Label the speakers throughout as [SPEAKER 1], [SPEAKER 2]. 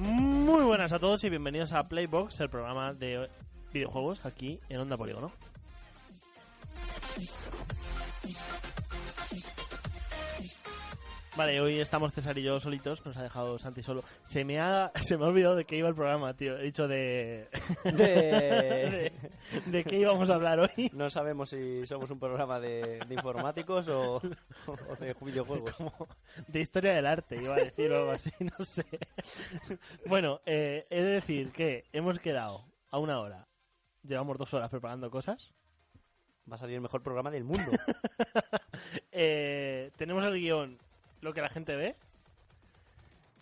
[SPEAKER 1] buenas a todos y bienvenidos a Playbox, el programa de videojuegos aquí en Onda Polígono. Vale, hoy estamos César y yo solitos, nos ha dejado Santi solo. Se me ha, se me ha olvidado de qué iba el programa, tío. He dicho de...
[SPEAKER 2] De-
[SPEAKER 1] de... de qué íbamos a hablar hoy.
[SPEAKER 2] No sabemos si somos un programa de, de informáticos o, o de videojuegos.
[SPEAKER 1] Como de historia del arte, iba a decir o algo así, no sé. Bueno, eh, he de decir que hemos quedado a una hora. Llevamos dos horas preparando cosas.
[SPEAKER 2] Va a salir el mejor programa del mundo.
[SPEAKER 1] Eh, tenemos el guión, lo que la gente ve.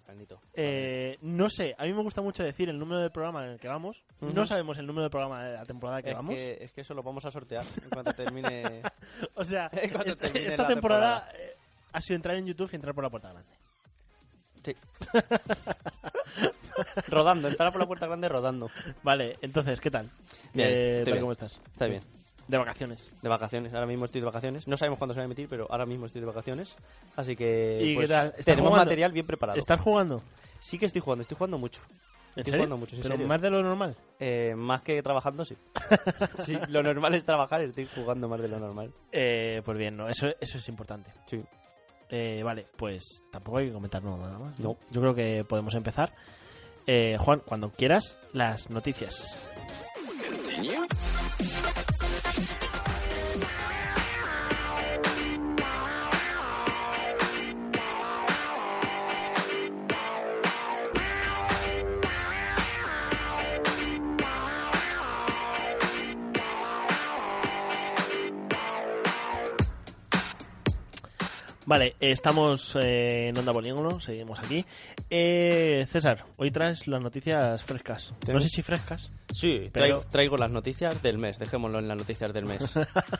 [SPEAKER 2] Carnito.
[SPEAKER 1] Eh, no sé, a mí me gusta mucho decir el número del programa en el que vamos.
[SPEAKER 2] Ujú.
[SPEAKER 1] No sabemos el número del programa de la temporada que
[SPEAKER 2] es,
[SPEAKER 1] vamos.
[SPEAKER 2] que, es que eso lo vamos a sortear en cuanto termine.
[SPEAKER 1] O sea,
[SPEAKER 2] Cuando
[SPEAKER 1] esta,
[SPEAKER 2] termine
[SPEAKER 1] esta
[SPEAKER 2] la
[SPEAKER 1] temporada, eh, ha sido entrar en YouTube y entrar por la puerta grande.
[SPEAKER 2] Sí. rodando, entrar por la puerta grande rodando.
[SPEAKER 1] Vale, entonces, ¿qué tal?
[SPEAKER 2] Bien, estoy
[SPEAKER 1] tal,
[SPEAKER 2] bien.
[SPEAKER 1] ¿Cómo estás?
[SPEAKER 2] Está bien.
[SPEAKER 1] De vacaciones.
[SPEAKER 2] De vacaciones, ahora mismo estoy de vacaciones. No sabemos cuándo se va a emitir, pero ahora mismo estoy de vacaciones. Así que
[SPEAKER 1] ¿Y qué
[SPEAKER 2] pues,
[SPEAKER 1] tal? ¿Estás
[SPEAKER 2] tenemos
[SPEAKER 1] jugando?
[SPEAKER 2] material bien preparado.
[SPEAKER 1] ¿Estás jugando?
[SPEAKER 2] Sí que estoy jugando, estoy jugando mucho.
[SPEAKER 1] ¿En
[SPEAKER 2] Estoy
[SPEAKER 1] serio?
[SPEAKER 2] jugando mucho, sí,
[SPEAKER 1] ¿Pero
[SPEAKER 2] serio.
[SPEAKER 1] más de lo normal?
[SPEAKER 2] Eh, más que trabajando, sí. sí. Lo normal es trabajar, estoy jugando más de lo normal.
[SPEAKER 1] Eh, pues bien, no, eso, eso es importante.
[SPEAKER 2] Sí.
[SPEAKER 1] Eh, vale, pues tampoco hay que comentar nada más.
[SPEAKER 2] No.
[SPEAKER 1] Yo creo que podemos empezar. Eh, Juan, cuando quieras, las noticias. Vale, eh, estamos eh, en Onda Polígono, seguimos aquí. Eh, César, hoy traes las noticias frescas. No
[SPEAKER 2] Tenemos-
[SPEAKER 1] sé si frescas.
[SPEAKER 2] Sí,
[SPEAKER 1] Pero-
[SPEAKER 2] traigo, traigo las noticias del mes, dejémoslo en las noticias del mes.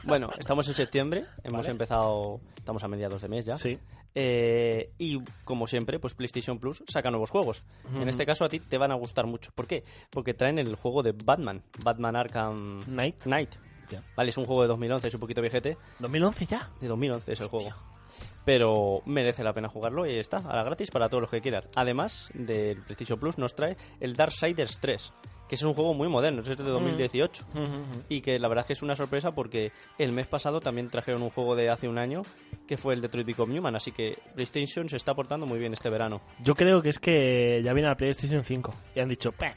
[SPEAKER 2] bueno, estamos en septiembre, hemos
[SPEAKER 1] Vale.
[SPEAKER 2] empezado, estamos a mediados de mes ya.
[SPEAKER 1] Sí.
[SPEAKER 2] Eh, y como siempre, pues PlayStation Plus saca nuevos juegos.
[SPEAKER 1] Ujú.
[SPEAKER 2] En este caso a ti te van a gustar mucho. ¿Por qué? Porque traen el juego de Batman, Batman Arkham
[SPEAKER 1] Night.
[SPEAKER 2] Knight.
[SPEAKER 1] Ya.
[SPEAKER 2] Vale, es un juego de 2011, es un poquito viejete.
[SPEAKER 1] 2011 ya.
[SPEAKER 2] De 2011 es el juego. Pero merece la pena jugarlo y está, a la gratis para todos los que quieran. Además del PlayStation Plus nos trae el Darksiders 3, que es un juego muy moderno, es de
[SPEAKER 1] Mm.
[SPEAKER 2] 2018. Y que la verdad es que es una sorpresa porque el mes pasado también trajeron un juego de hace un año que fue el Detroit Become Human, así que PlayStation se está portando muy bien este verano.
[SPEAKER 1] Yo creo que es que ya viene la PlayStation 5 y han dicho, "Pah".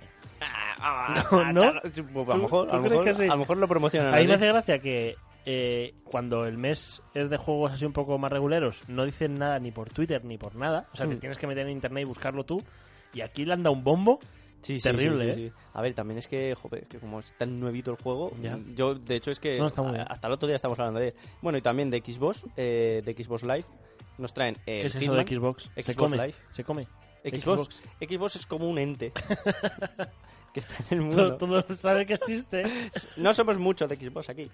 [SPEAKER 2] Ah,
[SPEAKER 1] ¿no?
[SPEAKER 2] sí, pues
[SPEAKER 1] ¿Tú-
[SPEAKER 2] a lo mejor,
[SPEAKER 1] tú
[SPEAKER 2] a lo
[SPEAKER 1] crees
[SPEAKER 2] mejor,
[SPEAKER 1] que sí?
[SPEAKER 2] a lo mejor lo promocionan.
[SPEAKER 1] A mí
[SPEAKER 2] así.
[SPEAKER 1] me hace gracia que eh, cuando el mes es de juegos así un poco más reguleros, no dicen nada ni por Twitter ni por nada. O sea, te
[SPEAKER 2] Mm.
[SPEAKER 1] tienes que meter en internet y buscarlo tú. Y aquí le han dado un bombo.
[SPEAKER 2] Sí, sí,
[SPEAKER 1] Terrible, ¿eh?
[SPEAKER 2] sí, sí, sí. A ver, también es que, joder, es que como es tan nuevito el juego,
[SPEAKER 1] Ya.
[SPEAKER 2] yo de hecho es que
[SPEAKER 1] No, está muy
[SPEAKER 2] a-
[SPEAKER 1] bien.
[SPEAKER 2] hasta el otro día estamos hablando de él. Bueno, y también de Xbox, eh, de Xbox Live, nos traen el
[SPEAKER 1] ¿Qué es eso
[SPEAKER 2] Hitman.
[SPEAKER 1] de Xbox? se
[SPEAKER 2] Xbox
[SPEAKER 1] come.
[SPEAKER 2] Live.
[SPEAKER 1] Se come.
[SPEAKER 2] Xbox. Xbox es como un ente que está en el
[SPEAKER 1] Todo,
[SPEAKER 2] mundo.
[SPEAKER 1] todo sabe que existe.
[SPEAKER 2] No somos muchos de Xbox aquí,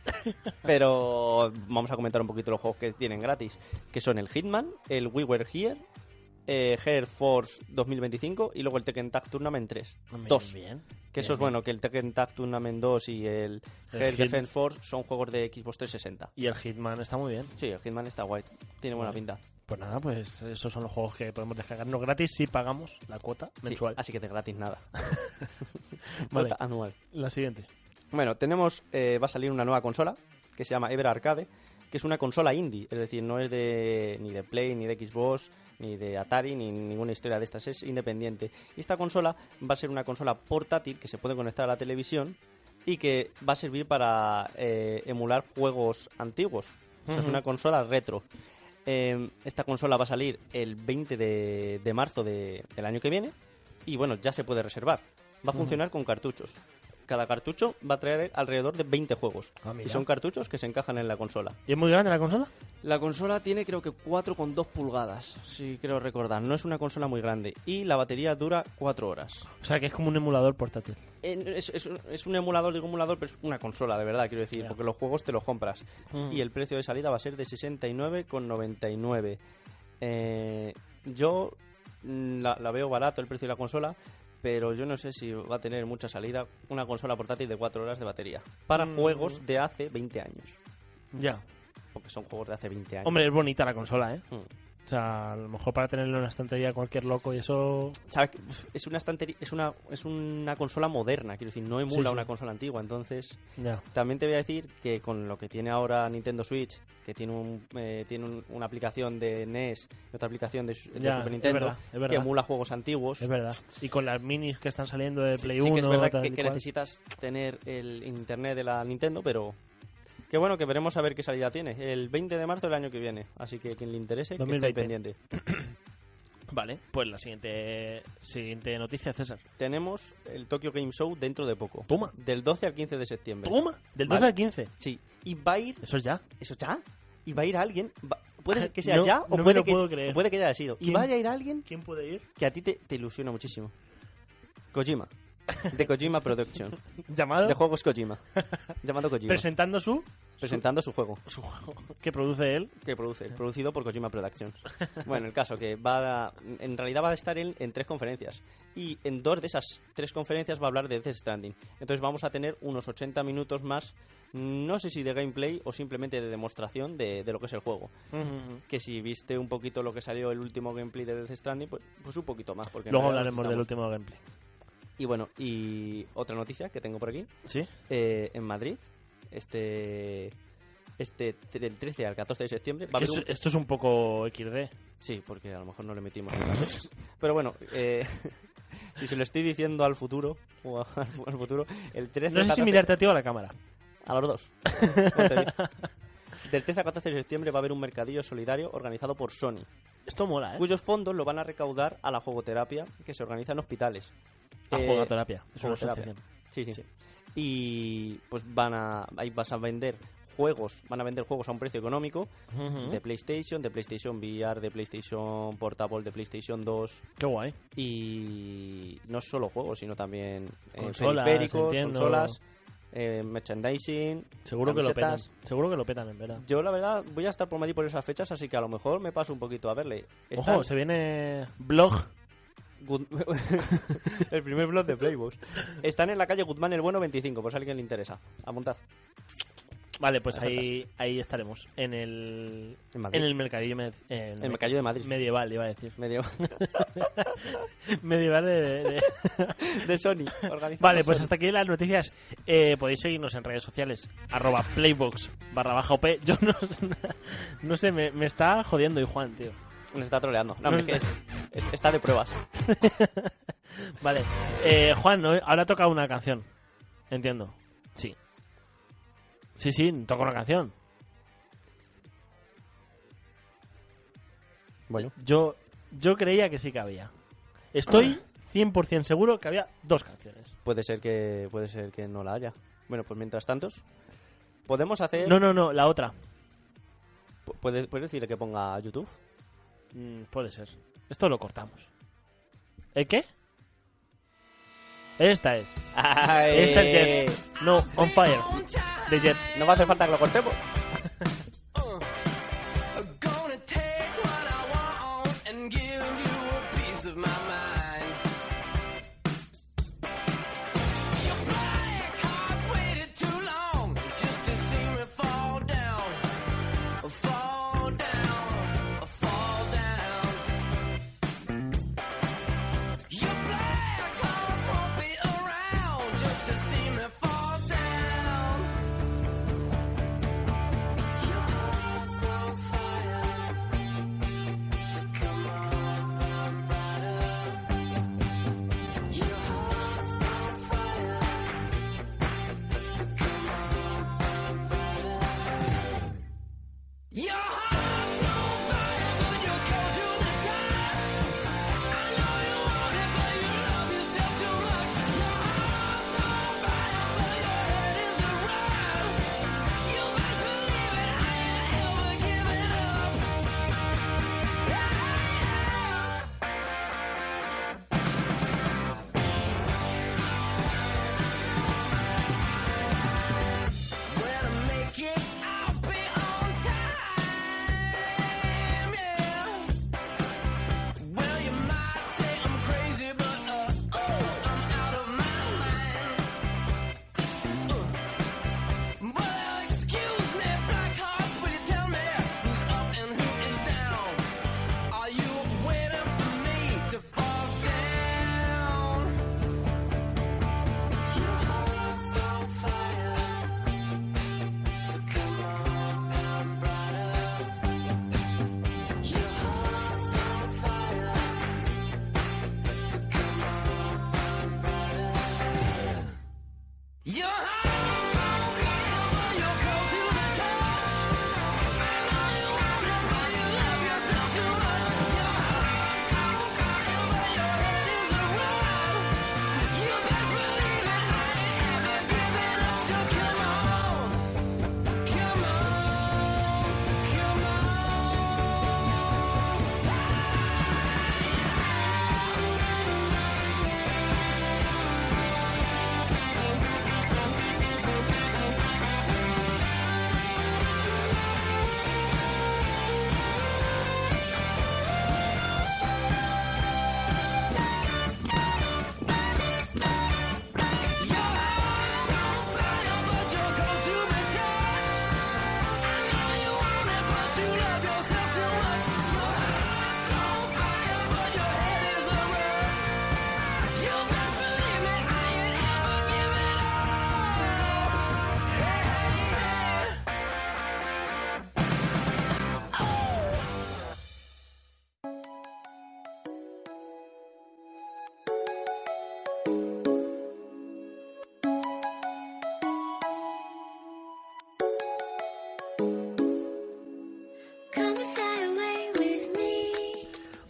[SPEAKER 2] pero vamos a comentar un poquito los juegos que tienen gratis, que son el Hitman, el We Were Here, eh, Air Force 2025 y luego el Tekken Tag Tournament 3. Dos.
[SPEAKER 1] Bien.
[SPEAKER 2] Que eso es bueno, que el Tekken Tag Tournament 2 y el,
[SPEAKER 1] El
[SPEAKER 2] Hell
[SPEAKER 1] Hit-
[SPEAKER 2] Defense Force son juegos de Xbox 360.
[SPEAKER 1] Y el Hitman está muy bien.
[SPEAKER 2] Sí, el Hitman está guay. Tiene buena
[SPEAKER 1] Vale.
[SPEAKER 2] pinta.
[SPEAKER 1] Pues nada, pues esos son los juegos que podemos descargarnos gratis si pagamos la cuota
[SPEAKER 2] Sí,
[SPEAKER 1] mensual.
[SPEAKER 2] así que de gratis nada.
[SPEAKER 1] Vale.
[SPEAKER 2] Cuota anual.
[SPEAKER 1] La siguiente.
[SPEAKER 2] Bueno, tenemos, eh, va a salir una nueva consola que se llama Ever Arcade, que es una consola indie, es decir, no es de ni de Play, ni de Xbox, ni de Atari, ni ninguna historia de estas, es independiente. Y esta consola va a ser una consola portátil que se puede conectar a la televisión y que va a servir para eh, emular juegos antiguos. O sea, es
[SPEAKER 1] Ujú.
[SPEAKER 2] una consola retro. Eh, esta consola va a salir el 20 de, de marzo de- del año que viene y bueno, ya se puede reservar. Va a funcionar con cartuchos. Cada cartucho va a traer alrededor de 20 juegos.
[SPEAKER 1] Ah, mira.
[SPEAKER 2] y son cartuchos que se encajan en la consola.
[SPEAKER 1] ¿Y es muy grande la consola?
[SPEAKER 2] La consola tiene creo que 4,2 pulgadas, si creo recordar. No es una consola muy grande. Y la batería dura 4 horas.
[SPEAKER 1] O sea, que es como un emulador portátil.
[SPEAKER 2] En- Es, es un- es un emulador, digo emulador, pero es una consola, de verdad, quiero decir,
[SPEAKER 1] Ya.
[SPEAKER 2] porque los juegos te los compras.
[SPEAKER 1] Mm.
[SPEAKER 2] Y el precio de salida va a ser de 69,99. Eh, yo mm, la, la veo barato el precio de la consola, pero yo no sé si va a tener mucha salida una consola portátil de 4 horas de batería para
[SPEAKER 1] Mm.
[SPEAKER 2] juegos de hace 20 años.
[SPEAKER 1] Ya.
[SPEAKER 2] Porque son juegos de hace 20 años.
[SPEAKER 1] Hombre, es bonita la consola, ¿eh?
[SPEAKER 2] Mm.
[SPEAKER 1] O sea, a lo mejor para tenerlo en una estantería cualquier loco y eso...
[SPEAKER 2] ¿Sabes? qué? Uf, Es una estantería, es una, es una consola moderna, quiero decir, no emula
[SPEAKER 1] Sí, sí.
[SPEAKER 2] una consola antigua, entonces
[SPEAKER 1] Ya.
[SPEAKER 2] También te voy a decir que con lo que tiene ahora Nintendo Switch, que tiene un, eh, tiene un- una aplicación de NES y otra aplicación de, su- de
[SPEAKER 1] Ya,
[SPEAKER 2] Super
[SPEAKER 1] es
[SPEAKER 2] Nintendo,
[SPEAKER 1] verdad, es verdad.
[SPEAKER 2] que emula juegos antiguos,
[SPEAKER 1] Es verdad. Y con las minis que están saliendo de
[SPEAKER 2] sí-
[SPEAKER 1] Play
[SPEAKER 2] sí
[SPEAKER 1] 1...
[SPEAKER 2] que es verdad
[SPEAKER 1] tal
[SPEAKER 2] que,
[SPEAKER 1] y
[SPEAKER 2] que
[SPEAKER 1] cual.
[SPEAKER 2] necesitas tener el internet de la Nintendo, pero que bueno, que veremos a ver qué salida tiene. El 20 de marzo del año que viene, así que quien le interese, que esté
[SPEAKER 1] 2020.
[SPEAKER 2] pendiente.
[SPEAKER 1] Vale, pues la siguiente, siguiente noticia, César.
[SPEAKER 2] Tenemos el Tokyo Game Show dentro de poco.
[SPEAKER 1] Toma.
[SPEAKER 2] Del 12 al 15 de septiembre.
[SPEAKER 1] Toma, del 12
[SPEAKER 2] Vale.
[SPEAKER 1] al 15.
[SPEAKER 2] Sí, y va a ir
[SPEAKER 1] Eso es ya.
[SPEAKER 2] ¿Eso ya? ¿Y va a ir alguien? Va- Puede ser que sea
[SPEAKER 1] Ah, No,
[SPEAKER 2] ya
[SPEAKER 1] no
[SPEAKER 2] o
[SPEAKER 1] me
[SPEAKER 2] puede,
[SPEAKER 1] lo
[SPEAKER 2] que,
[SPEAKER 1] puedo creer.
[SPEAKER 2] o puede que ya haya sido. ¿Y
[SPEAKER 1] ¿Quién?
[SPEAKER 2] vaya a ir alguien
[SPEAKER 1] ¿Quién puede ir?
[SPEAKER 2] que a ti te, te ilusiona muchísimo? Kojima. De Kojima Production.
[SPEAKER 1] Llamado
[SPEAKER 2] De juegos Kojima. Llamado Kojima.
[SPEAKER 1] presentando su,
[SPEAKER 2] presentando su juego
[SPEAKER 1] su juego que produce él.
[SPEAKER 2] que produce, producido por Kojima Productions. Bueno, el caso que va a- en realidad va a estar él en tres conferencias y en dos de esas tres conferencias va a hablar de Death Stranding. Entonces vamos a tener unos 80 minutos más, no sé si de gameplay o simplemente de demostración de- de lo que es el juego. que si viste un poquito lo que salió el último gameplay de Death Stranding, pues, pues un poquito más. Porque en
[SPEAKER 1] Luego
[SPEAKER 2] realidad
[SPEAKER 1] hablaremos del
[SPEAKER 2] estamos-
[SPEAKER 1] último gameplay.
[SPEAKER 2] Y bueno, y otra noticia que tengo por aquí.
[SPEAKER 1] ¿Sí?
[SPEAKER 2] eh, en Madrid, este este tre- del 13 al 14 de septiembre va a haber
[SPEAKER 1] Esto,
[SPEAKER 2] un-
[SPEAKER 1] esto es un poco XD.
[SPEAKER 2] Sí, porque a lo mejor no le metimos en las redes. Pero bueno, eh, si se lo estoy diciendo al futuro, o a- al, futuro, el 13
[SPEAKER 1] No sé si
[SPEAKER 2] 14
[SPEAKER 1] mirarte a ti o a la cámara.
[SPEAKER 2] A los dos. Ponte bien. Del 13 al 14 de septiembre va a haber un mercadillo solidario organizado por Sony.
[SPEAKER 1] Esto mola, ¿eh?
[SPEAKER 2] cuyos fondos lo van a recaudar a la jugoterapia que se organiza en hospitales.
[SPEAKER 1] A
[SPEAKER 2] Eh,
[SPEAKER 1] jugoterapia. Es una
[SPEAKER 2] jugoterapia.
[SPEAKER 1] asociación.
[SPEAKER 2] Sí, sí.
[SPEAKER 1] sí.
[SPEAKER 2] Y pues van a ahí vas a vender juegos, van a vender juegos a un precio económico de PlayStation, de PlayStation VR, de PlayStation Portable, de PlayStation 2
[SPEAKER 1] Qué guay.
[SPEAKER 2] y no solo juegos, sino también eh,
[SPEAKER 1] Consolas,
[SPEAKER 2] periféricos,
[SPEAKER 1] entiendo.
[SPEAKER 2] consolas, eh, merchandising.
[SPEAKER 1] Seguro que lo petan.
[SPEAKER 2] camisetas.
[SPEAKER 1] Seguro que lo petan, en verdad.
[SPEAKER 2] Yo la verdad voy a estar por Madrid por esas fechas, así que a lo mejor me paso un poquito a verle. Están-
[SPEAKER 1] Ojo, se viene blog.
[SPEAKER 2] Good- el primer blog de Playbox. Están en la calle Guzmán el Bueno 25, por si a alguien le interesa. Apuntad.
[SPEAKER 1] Vale, pues
[SPEAKER 2] Las
[SPEAKER 1] ahí, ahí estaremos. En el,
[SPEAKER 2] En Madrid.
[SPEAKER 1] en el mercadillo. me- en
[SPEAKER 2] En el mercadillo de Madrid.
[SPEAKER 1] Medieval, iba a decir.
[SPEAKER 2] Medio
[SPEAKER 1] Medieval de- de- de...
[SPEAKER 2] de Sony. organizado
[SPEAKER 1] Vale,
[SPEAKER 2] por
[SPEAKER 1] pues
[SPEAKER 2] Sony.
[SPEAKER 1] hasta aquí las noticias. Eh, podéis seguirnos en redes sociales, arroba playbox barra baja OP. Yo no, no sé, me, me está jodiendo y Juan, tío.
[SPEAKER 2] Nos está troleando. No,
[SPEAKER 1] No,
[SPEAKER 2] hombre, que es- está de pruebas.
[SPEAKER 1] Vale, eh, Juan, ¿no? ahora toca una canción. Entiendo. Sí. Sí, sí, toca una canción.
[SPEAKER 2] Bueno.
[SPEAKER 1] Yo, yo creía que sí que había. Estoy 100% seguro que había dos canciones.
[SPEAKER 2] Puede ser que, puede ser que no la haya. Bueno, pues mientras tantos, podemos hacer...
[SPEAKER 1] No, no, no, la otra.
[SPEAKER 2] Pu- ¿Puedes, puedes decirle que ponga YouTube?
[SPEAKER 1] Mm, puede ser. Esto lo cortamos. ¿El qué? Esta es. Esta es Jet. No, On Fire. De Jet.
[SPEAKER 2] No va a hacer falta que lo cortemos.
[SPEAKER 3] Uh, Gonna take what I want and give you a piece of my mind. You black heart waited too long just to see me fall down, fall down, fall down. Your black heart won't be around just to see me fall down. Come on, my brother. uh, oh,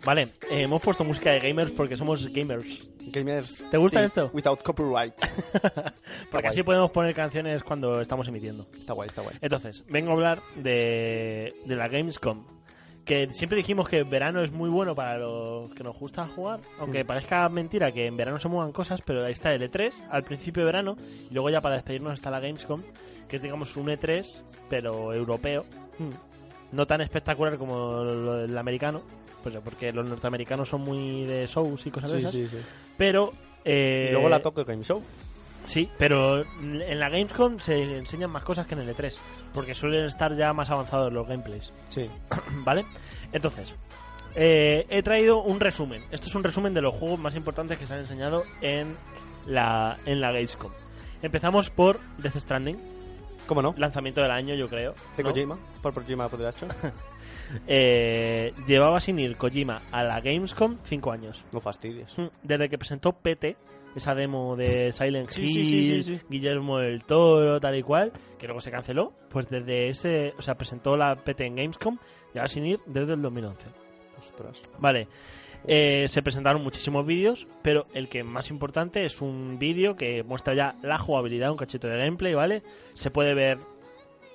[SPEAKER 1] Vale, eh, hemos puesto música de gamers porque somos gamers.
[SPEAKER 2] Gamers.
[SPEAKER 1] ¿Te gusta
[SPEAKER 2] sí,
[SPEAKER 1] esto?
[SPEAKER 2] Without copyright.
[SPEAKER 1] porque así
[SPEAKER 2] guay.
[SPEAKER 1] podemos poner canciones cuando estamos emitiendo.
[SPEAKER 2] está guay, está guay.
[SPEAKER 1] Entonces, vengo a hablar de, de la Gamescom. Que siempre dijimos que verano es muy bueno para los que nos gusta jugar. Aunque parezca mentira que en verano se muevan cosas, pero ahí está el E3 al principio de verano. Y luego ya para despedirnos está la Gamescom, que es digamos un E3, pero europeo. No tan espectacular como lo- el americano. Pues porque los norteamericanos son muy de shows y cosas de esas. Pero... eh,
[SPEAKER 2] Y luego la Tokyo Game Show.
[SPEAKER 1] Sí, pero en la Gamescom se enseñan más cosas que en el E3, porque suelen estar ya más avanzados los gameplays,
[SPEAKER 2] Sí.
[SPEAKER 1] ¿vale? Entonces, eh, he traído un resumen. Esto es un resumen de los juegos más importantes que se han enseñado en la, en la Gamescom. Empezamos por Death Stranding,
[SPEAKER 2] ¿Cómo no?
[SPEAKER 1] lanzamiento del año, yo creo.
[SPEAKER 2] De
[SPEAKER 1] ¿no?
[SPEAKER 2] Kojima. Por Kojima Production.
[SPEAKER 1] Eh, llevaba sin ir Kojima a la Gamescom 5 años.
[SPEAKER 2] No fastidies.
[SPEAKER 1] Mm, Desde que presentó PT, esa demo de Silent
[SPEAKER 2] Sí,
[SPEAKER 1] Hill,
[SPEAKER 2] sí, sí, sí, sí.
[SPEAKER 1] Guillermo del Toro, tal y cual, que luego se canceló, pues desde ese, o sea, presentó la PT en Gamescom, ya sin ir desde el 2011.
[SPEAKER 2] Ostras.
[SPEAKER 1] Vale. Eh, se presentaron muchísimos vídeos, pero el que más importante es un vídeo que muestra ya la jugabilidad, un cachito de gameplay, ¿vale? Se puede ver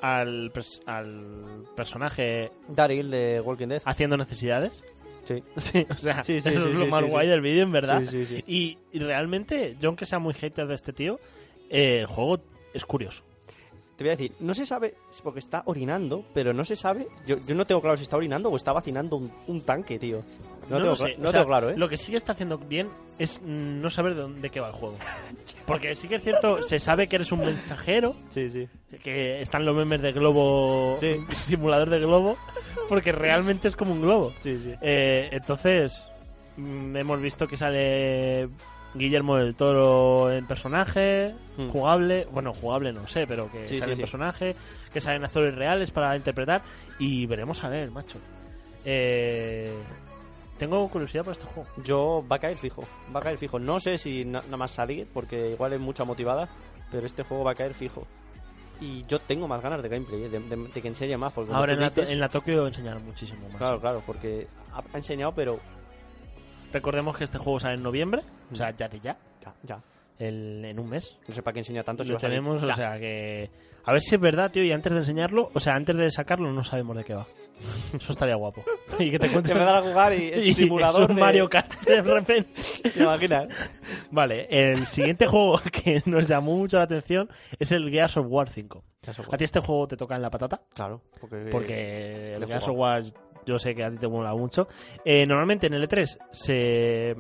[SPEAKER 1] al, pers- al personaje
[SPEAKER 2] Daryl de Walking Dead.
[SPEAKER 1] haciendo necesidades.
[SPEAKER 2] Sí.
[SPEAKER 1] Sí, o sea,
[SPEAKER 2] Sí, sí,
[SPEAKER 1] eso
[SPEAKER 2] sí,
[SPEAKER 1] es lo
[SPEAKER 2] sí,
[SPEAKER 1] más
[SPEAKER 2] sí,
[SPEAKER 1] guay
[SPEAKER 2] sí.
[SPEAKER 1] del vídeo, en Ah, verdad.
[SPEAKER 2] Sí, sí, sí.
[SPEAKER 1] Y, y realmente, yo aunque sea muy hater de este tío, eh, el juego es curioso.
[SPEAKER 2] Te voy a decir, no se sabe, es porque está orinando, pero no se sabe. Yo, yo no tengo claro si está orinando o está vacinando un, un tanque, tío. No,
[SPEAKER 1] lo
[SPEAKER 2] tengo,
[SPEAKER 1] sé,
[SPEAKER 2] cla-
[SPEAKER 1] o
[SPEAKER 2] no
[SPEAKER 1] sea,
[SPEAKER 2] tengo claro, ¿eh?
[SPEAKER 1] Lo que sí que está haciendo bien es mm, no saber de dónde qué va el juego. Porque sí que es cierto, se sabe que eres un mensajero,
[SPEAKER 2] Sí, sí.
[SPEAKER 1] que están los memes de globo,
[SPEAKER 2] Sí.
[SPEAKER 1] simulador de globo, porque realmente es como un globo.
[SPEAKER 2] Sí, sí.
[SPEAKER 1] Eh, entonces, mm, hemos visto que sale Guillermo del Toro en personaje,
[SPEAKER 2] Mm.
[SPEAKER 1] jugable, bueno, jugable no sé, pero que
[SPEAKER 2] Sí,
[SPEAKER 1] sale
[SPEAKER 2] sí,
[SPEAKER 1] en
[SPEAKER 2] sí.
[SPEAKER 1] personaje, que salen actores reales para interpretar y veremos a ver, macho. Eh, tengo curiosidad por este juego.
[SPEAKER 2] Yo va a caer fijo, va a caer fijo. No sé si na- nada más salir, porque igual es mucha motivada, pero este juego va a caer fijo. Y yo tengo más ganas de gameplay, eh, de, de- de que enseñe más. Porque como
[SPEAKER 1] Ahora
[SPEAKER 2] tú
[SPEAKER 1] en la,
[SPEAKER 2] dices-
[SPEAKER 1] en la Tokio enseñaron muchísimo más.
[SPEAKER 2] Claro, claro, porque ha, ha enseñado, pero
[SPEAKER 1] Recordemos que este juego sale en noviembre, o sea, ya de ya,
[SPEAKER 2] ya, ya.
[SPEAKER 1] el- en un mes.
[SPEAKER 2] No sé para qué enseña tanto. si
[SPEAKER 1] Lo
[SPEAKER 2] va a salir.
[SPEAKER 1] tenemos, o
[SPEAKER 2] Ya.
[SPEAKER 1] sea que. A ver si es verdad, tío, y antes de enseñarlo, o sea, antes de sacarlo, no sabemos de qué va. Eso estaría guapo. Y que te
[SPEAKER 2] Te
[SPEAKER 1] cuenten.
[SPEAKER 2] van a jugar y es
[SPEAKER 1] y
[SPEAKER 2] un simulador
[SPEAKER 1] es un
[SPEAKER 2] de-
[SPEAKER 1] Mario Kart de repente.
[SPEAKER 2] ¿Te imaginas?
[SPEAKER 1] Vale, el siguiente juego que nos llamó mucho la atención es el Gears of War 5. ¿A ti este juego te toca en la patata?
[SPEAKER 2] Claro, porque...
[SPEAKER 1] Porque el
[SPEAKER 2] le he
[SPEAKER 1] Gears of
[SPEAKER 2] jugado.
[SPEAKER 1] War yo sé que a ti te mola mucho. Eh, normalmente en el E3 se,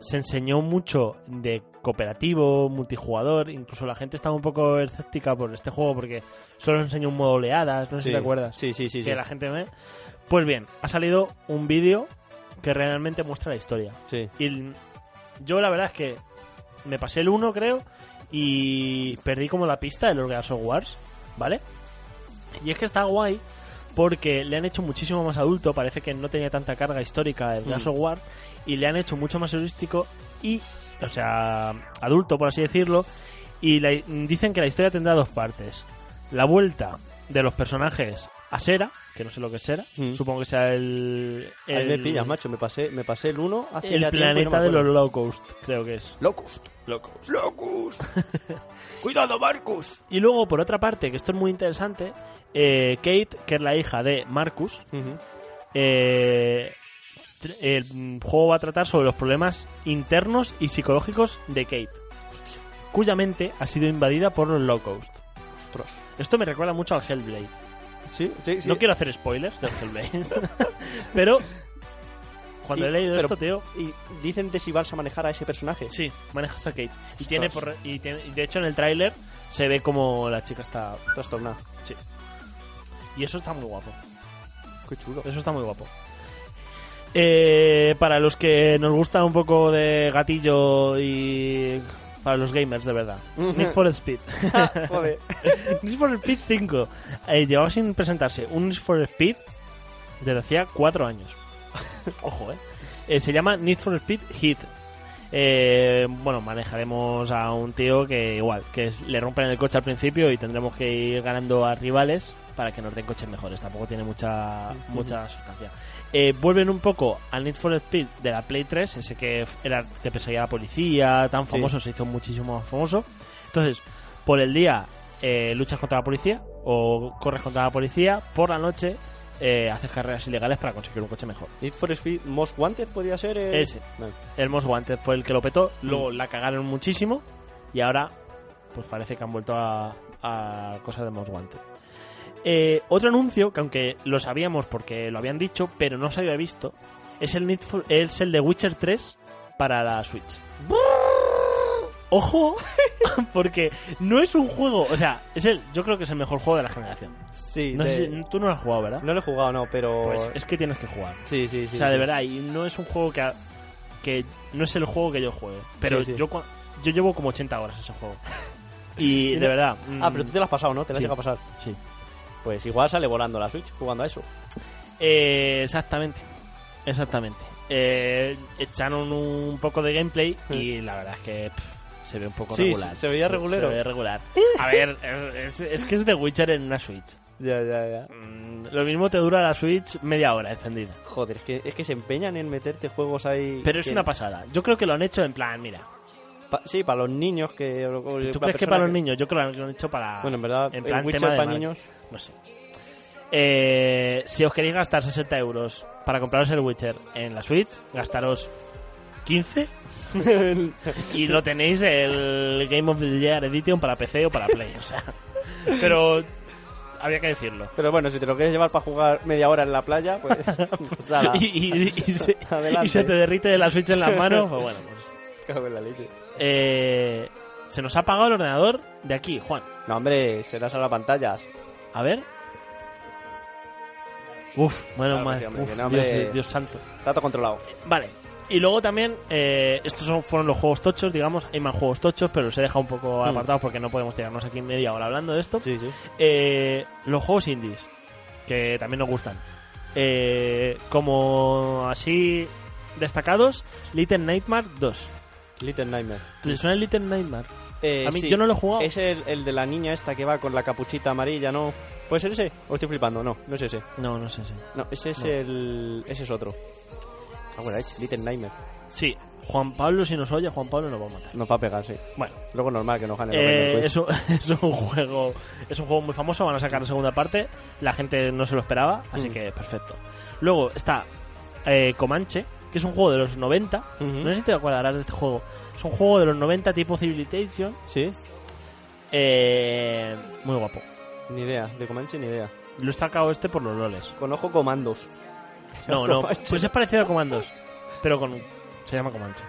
[SPEAKER 1] se enseñó mucho de cooperativo, multijugador, incluso la gente estaba un poco escéptica por este juego porque solo enseñó un modo oleadas, no sé
[SPEAKER 2] Sí,
[SPEAKER 1] si te acuerdas.
[SPEAKER 2] Sí, sí, sí.
[SPEAKER 1] que
[SPEAKER 2] sí.
[SPEAKER 1] la gente ve. Pues bien, ha salido un vídeo que realmente muestra la historia.
[SPEAKER 2] Sí.
[SPEAKER 1] Y el- yo la verdad es que me pasé el 1, creo, y perdí como la pista de los Gears of Wars, ¿vale? Y es que está guay porque le han hecho muchísimo más adulto, parece que no tenía tanta carga histórica el Gears
[SPEAKER 2] Mm.
[SPEAKER 1] of War, y le han hecho mucho más heurístico y, o sea, adulto por así decirlo, y la- dicen que la historia tendrá dos partes. La vuelta de los personajes a Sera, que no sé lo que es Sera,
[SPEAKER 2] Mm.
[SPEAKER 1] supongo que sea el...
[SPEAKER 2] Ahí me
[SPEAKER 1] el-
[SPEAKER 2] pillas, macho. Me pasé, me pasé el 1 hace
[SPEAKER 1] el
[SPEAKER 2] ya tiempo y no me
[SPEAKER 1] planeta de
[SPEAKER 2] acuerdo.
[SPEAKER 1] los low cost, creo que es.
[SPEAKER 2] Locust. Locust. Locust. Cuidado, Marcus.
[SPEAKER 1] Y luego, por otra parte, que esto es muy interesante, eh, Kate, que es la hija de Marcus, eh, tr- el juego va a tratar sobre los problemas internos y psicológicos de Kate, cuya mente ha sido invadida por los low cost.
[SPEAKER 2] Ostras.
[SPEAKER 1] Esto me recuerda mucho al Hellblade.
[SPEAKER 2] Sí, sí, sí.
[SPEAKER 1] No quiero hacer spoilers del Hellblade, pero cuando
[SPEAKER 2] Y-
[SPEAKER 1] he leído
[SPEAKER 2] pero-
[SPEAKER 1] esto, tío,
[SPEAKER 2] Y dicen de si vas a manejar a ese personaje.
[SPEAKER 1] Sí, manejas a Kate. Y
[SPEAKER 2] Ostras.
[SPEAKER 1] tiene, por- y tiene- y de hecho en el tráiler se ve como la chica está...
[SPEAKER 2] Trastornado.
[SPEAKER 1] Y eso está muy guapo.
[SPEAKER 2] Qué chulo.
[SPEAKER 1] Eso está muy guapo. Eh, para los que nos gusta un poco de gatillo y... Para los gamers, de verdad.
[SPEAKER 2] Ujú.
[SPEAKER 1] Need for Speed.
[SPEAKER 2] Joder.
[SPEAKER 1] Need for Speed 5. Eh, llevaba sin presentarse un Need for Speed desde hacía 4 años. Ojo, eh. Eh, Se llama Need for Speed Hit. Eh, bueno, manejaremos a un tío que igual, que es- le rompen el coche al principio y tendremos que ir ganando a rivales para que nos den coches mejores. Tampoco tiene mucha mucha sustancia. Eh, vuelven un poco al Need for Speed de la Play 3, ese que f- era te perseguía la policía, tan
[SPEAKER 2] Sí.
[SPEAKER 1] famoso, se hizo muchísimo más famoso. Entonces, por el día eh, luchas contra la policía o corres contra la policía, por la noche eh, haces carreras ilegales para conseguir un coche mejor.
[SPEAKER 2] Need for Speed Most Wanted podía ser. eh?
[SPEAKER 1] Ese.
[SPEAKER 2] Bueno,
[SPEAKER 1] El Most Wanted fue el que lo petó,
[SPEAKER 2] Mm.
[SPEAKER 1] luego la cagaron muchísimo y ahora pues parece que han vuelto a, a cosas de Most Wanted. Eh, otro anuncio que aunque lo sabíamos porque lo habían dicho, pero no se había visto, es el, Need for- es el de Witcher 3 para la Switch. Ojo, porque no es un juego, o sea, es el, yo creo que es el mejor juego de la generación.
[SPEAKER 2] sí,
[SPEAKER 1] No
[SPEAKER 2] de-
[SPEAKER 1] sé si- tú no lo has jugado, ¿verdad?
[SPEAKER 2] no lo he jugado, no, pero.
[SPEAKER 1] Pues es que tienes que jugar.
[SPEAKER 2] Sí, sí, sí.
[SPEAKER 1] O sea,
[SPEAKER 2] sí.
[SPEAKER 1] de verdad, y no es un juego que, que no es el juego que yo juego. Pero
[SPEAKER 2] Sí, sí.
[SPEAKER 1] yo cua- yo llevo como 80 horas a ese juego. Y de
[SPEAKER 2] no-
[SPEAKER 1] verdad.
[SPEAKER 2] Ah,
[SPEAKER 1] mm,
[SPEAKER 2] pero tú te lo has pasado, ¿no? Te lo has
[SPEAKER 1] Sí.
[SPEAKER 2] llegado a pasar.
[SPEAKER 1] sí.
[SPEAKER 2] Pues igual sale volando la Switch jugando a eso.
[SPEAKER 1] Eh, exactamente. Exactamente. Eh, echaron un poco de gameplay y la verdad es que pff, se ve un poco
[SPEAKER 2] Sí,
[SPEAKER 1] regular.
[SPEAKER 2] se- se veía
[SPEAKER 1] Se-
[SPEAKER 2] regulero.
[SPEAKER 1] Se veía regular. A ver, es, es- es que es The Witcher en una Switch.
[SPEAKER 2] Ya, ya, ya.
[SPEAKER 1] Mm, Lo mismo te dura la Switch media hora encendida.
[SPEAKER 2] Joder, es que, es que se empeñan en meterte juegos ahí.
[SPEAKER 1] Pero es
[SPEAKER 2] que-
[SPEAKER 1] una pasada. Yo creo que lo han hecho en plan, mira,
[SPEAKER 2] pa- sí, para los niños que. o- o-
[SPEAKER 1] ¿Tú
[SPEAKER 2] la
[SPEAKER 1] crees que
[SPEAKER 2] persona
[SPEAKER 1] para los niños? Yo creo que lo han hecho para.
[SPEAKER 2] Bueno, en verdad,
[SPEAKER 1] en
[SPEAKER 2] el
[SPEAKER 1] plan
[SPEAKER 2] Witcher
[SPEAKER 1] tema de
[SPEAKER 2] para
[SPEAKER 1] marketing.
[SPEAKER 2] niños.
[SPEAKER 1] No sé. Eh, si os queréis gastar 60 euros para compraros el Witcher en la Switch, gastaros 15 y lo tenéis el Game of the Year Edition para PC o para Play. O sea, pero había que decirlo.
[SPEAKER 2] Pero bueno, si te lo quieres llevar para jugar media hora en la playa, pues. pues ala,
[SPEAKER 1] Y, y- y se,
[SPEAKER 2] Adelante.
[SPEAKER 1] y se te derrite la Switch en las manos, pues bueno. pues.
[SPEAKER 2] cago en la leche.
[SPEAKER 1] Eh, se nos ha apagado el ordenador de aquí, Juan.
[SPEAKER 2] No, hombre, serás a las pantallas.
[SPEAKER 1] A ver. Uf, bueno,
[SPEAKER 2] Claro que
[SPEAKER 1] madre.
[SPEAKER 2] sí, hombre,
[SPEAKER 1] Uf,
[SPEAKER 2] que no, hombre.
[SPEAKER 1] Dios, Dios santo.
[SPEAKER 2] Trato controlado.
[SPEAKER 1] Vale. Y luego también, eh, estos son- fueron los juegos tochos, digamos, hay más juegos tochos, pero los he dejado un poco
[SPEAKER 2] Mm.
[SPEAKER 1] apartados porque no podemos tirarnos aquí media hora hablando de esto.
[SPEAKER 2] Sí, sí.
[SPEAKER 1] Eh, los juegos indies, que también nos gustan. Eh, como así destacados, Little Nightmare 2.
[SPEAKER 2] Little Nightmare.
[SPEAKER 1] ¿Te suena el Little Nightmare?
[SPEAKER 2] Eh,
[SPEAKER 1] A mí
[SPEAKER 2] sí.
[SPEAKER 1] yo no lo he jugado.
[SPEAKER 2] Es el, el de la niña esta que va con la capuchita amarilla, ¿no? ¿Puede ser ese? ¿O estoy flipando? No, no es ese.
[SPEAKER 1] No, no sé si.
[SPEAKER 2] No, ese es
[SPEAKER 1] No.
[SPEAKER 2] el. Ese es otro. Ah, bueno, es Little Nightmare.
[SPEAKER 1] Sí, Juan Pablo, si nos oye, Juan Pablo nos va a matar.
[SPEAKER 2] Nos va a pegar, sí.
[SPEAKER 1] Bueno,
[SPEAKER 2] Luego normal que nos gane el
[SPEAKER 1] Eh,
[SPEAKER 2] Overnight Quiz.
[SPEAKER 1] es, un, es un juego es un juego muy famoso van a sacar la segunda parte la gente no se lo esperaba así
[SPEAKER 2] Mm.
[SPEAKER 1] que perfecto luego está eh, Comanche que es un juego de los 90
[SPEAKER 2] Ujú.
[SPEAKER 1] no sé si te acordarás de este juego es un juego de los 90 tipo Civilization
[SPEAKER 2] Sí,
[SPEAKER 1] eh, muy guapo
[SPEAKER 2] ni idea. De Comanche ni idea.
[SPEAKER 1] lo he sacado este por los loles
[SPEAKER 2] Conozco comandos.
[SPEAKER 1] no no
[SPEAKER 2] Comanche.
[SPEAKER 1] pues es parecido a Comandos pero con se llama Comanche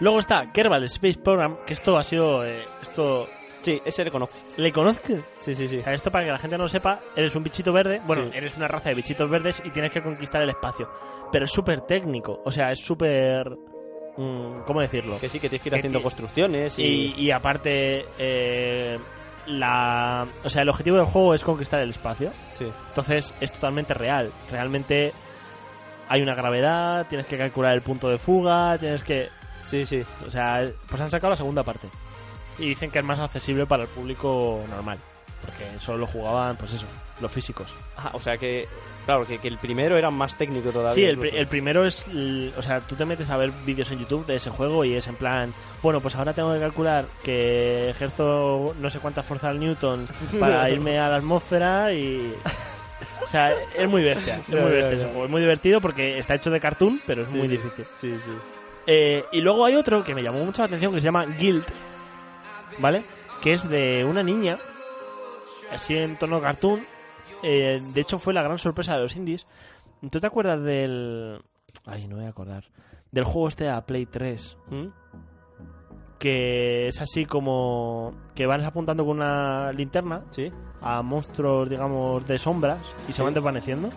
[SPEAKER 1] luego está Kerbal Space Program que esto ha sido eh, esto
[SPEAKER 2] Sí, ese le conozco.
[SPEAKER 1] le conozco
[SPEAKER 2] Sí, sí, sí.
[SPEAKER 1] O sea, esto para que la gente no lo sepa, eres un bichito verde, bueno,
[SPEAKER 2] Sí.
[SPEAKER 1] eres una raza de bichitos verdes y tienes que conquistar el espacio. Pero es súper técnico, o sea, es súper... mm, ¿Cómo decirlo?
[SPEAKER 2] Que sí, que tienes que ir
[SPEAKER 1] Que
[SPEAKER 2] haciendo
[SPEAKER 1] ti-
[SPEAKER 2] construcciones y...
[SPEAKER 1] Y, y aparte, eh, la, o sea, el objetivo del juego es conquistar el espacio.
[SPEAKER 2] Sí.
[SPEAKER 1] Entonces es totalmente real. Realmente hay una gravedad, tienes que calcular el punto de fuga, tienes que...
[SPEAKER 2] sí, sí.
[SPEAKER 1] O sea, pues han sacado la segunda parte. Y dicen que es más accesible para el público normal. Porque solo lo jugaban, pues eso, los físicos.
[SPEAKER 2] Ah, o sea que... Claro, que, que el primero era más técnico todavía.
[SPEAKER 1] Sí, el,
[SPEAKER 2] incluso.
[SPEAKER 1] pri- el primero es. l- O sea, tú te metes a ver vídeos en YouTube de ese juego y es en plan. Bueno, pues ahora tengo que calcular que ejerzo no sé cuántas fuerzas al Newton para irme a la atmósfera y. O sea, es muy bestia. Es
[SPEAKER 2] Ya,
[SPEAKER 1] muy
[SPEAKER 2] ya,
[SPEAKER 1] bestia ese
[SPEAKER 2] ya.
[SPEAKER 1] juego. Es muy divertido porque está hecho de cartoon, pero es
[SPEAKER 2] Sí,
[SPEAKER 1] muy
[SPEAKER 2] sí.
[SPEAKER 1] difícil.
[SPEAKER 2] Sí, sí.
[SPEAKER 1] Eh, y luego hay otro que me llamó mucho la atención que se llama Guild, ¿vale? Que es de una niña, así en tono cartoon. Eh, de hecho, fue la gran sorpresa de los indies. ¿Tú te acuerdas del. Ay, no me voy a acordar. Del juego este a Play 3,
[SPEAKER 2] ¿Mm?
[SPEAKER 1] que es así como. que van apuntando con una linterna
[SPEAKER 2] Sí.
[SPEAKER 1] a monstruos, digamos, de sombras y se van desvaneciendo.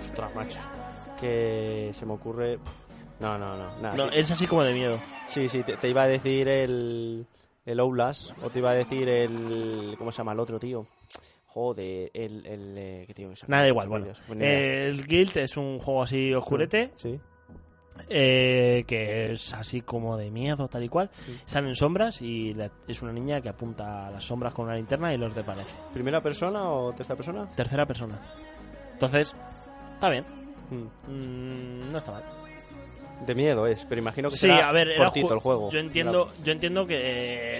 [SPEAKER 2] Ostras, macho. Que se me ocurre... Pff, No, no, no. nada.
[SPEAKER 1] No,
[SPEAKER 2] Ah, Sí,
[SPEAKER 1] es así como de miedo.
[SPEAKER 2] Sí, sí, te, te iba a decir el... El Oulas, o te iba a decir el... ¿Cómo se llama el otro, tío? Joder, el... el eh, ¿Qué tío?
[SPEAKER 1] Nada, da igual, bueno.
[SPEAKER 2] Dios, ni idea.
[SPEAKER 1] Eh, el Guild es un juego así oscurete.
[SPEAKER 2] Mm, Sí.
[SPEAKER 1] eh, que es así como de miedo, tal y cual. Salen sombras y la- es una niña que apunta a las sombras con una linterna y los desaparece.
[SPEAKER 2] ¿Primera persona o tercera persona?
[SPEAKER 1] Tercera persona. Entonces, está bien.
[SPEAKER 2] Mm.
[SPEAKER 1] Mm, no está mal.
[SPEAKER 2] De miedo es, pero imagino que
[SPEAKER 1] Sí,
[SPEAKER 2] será
[SPEAKER 1] a ver, era
[SPEAKER 2] cortito
[SPEAKER 1] ju-
[SPEAKER 2] el juego.
[SPEAKER 1] Yo entiendo, yo entiendo que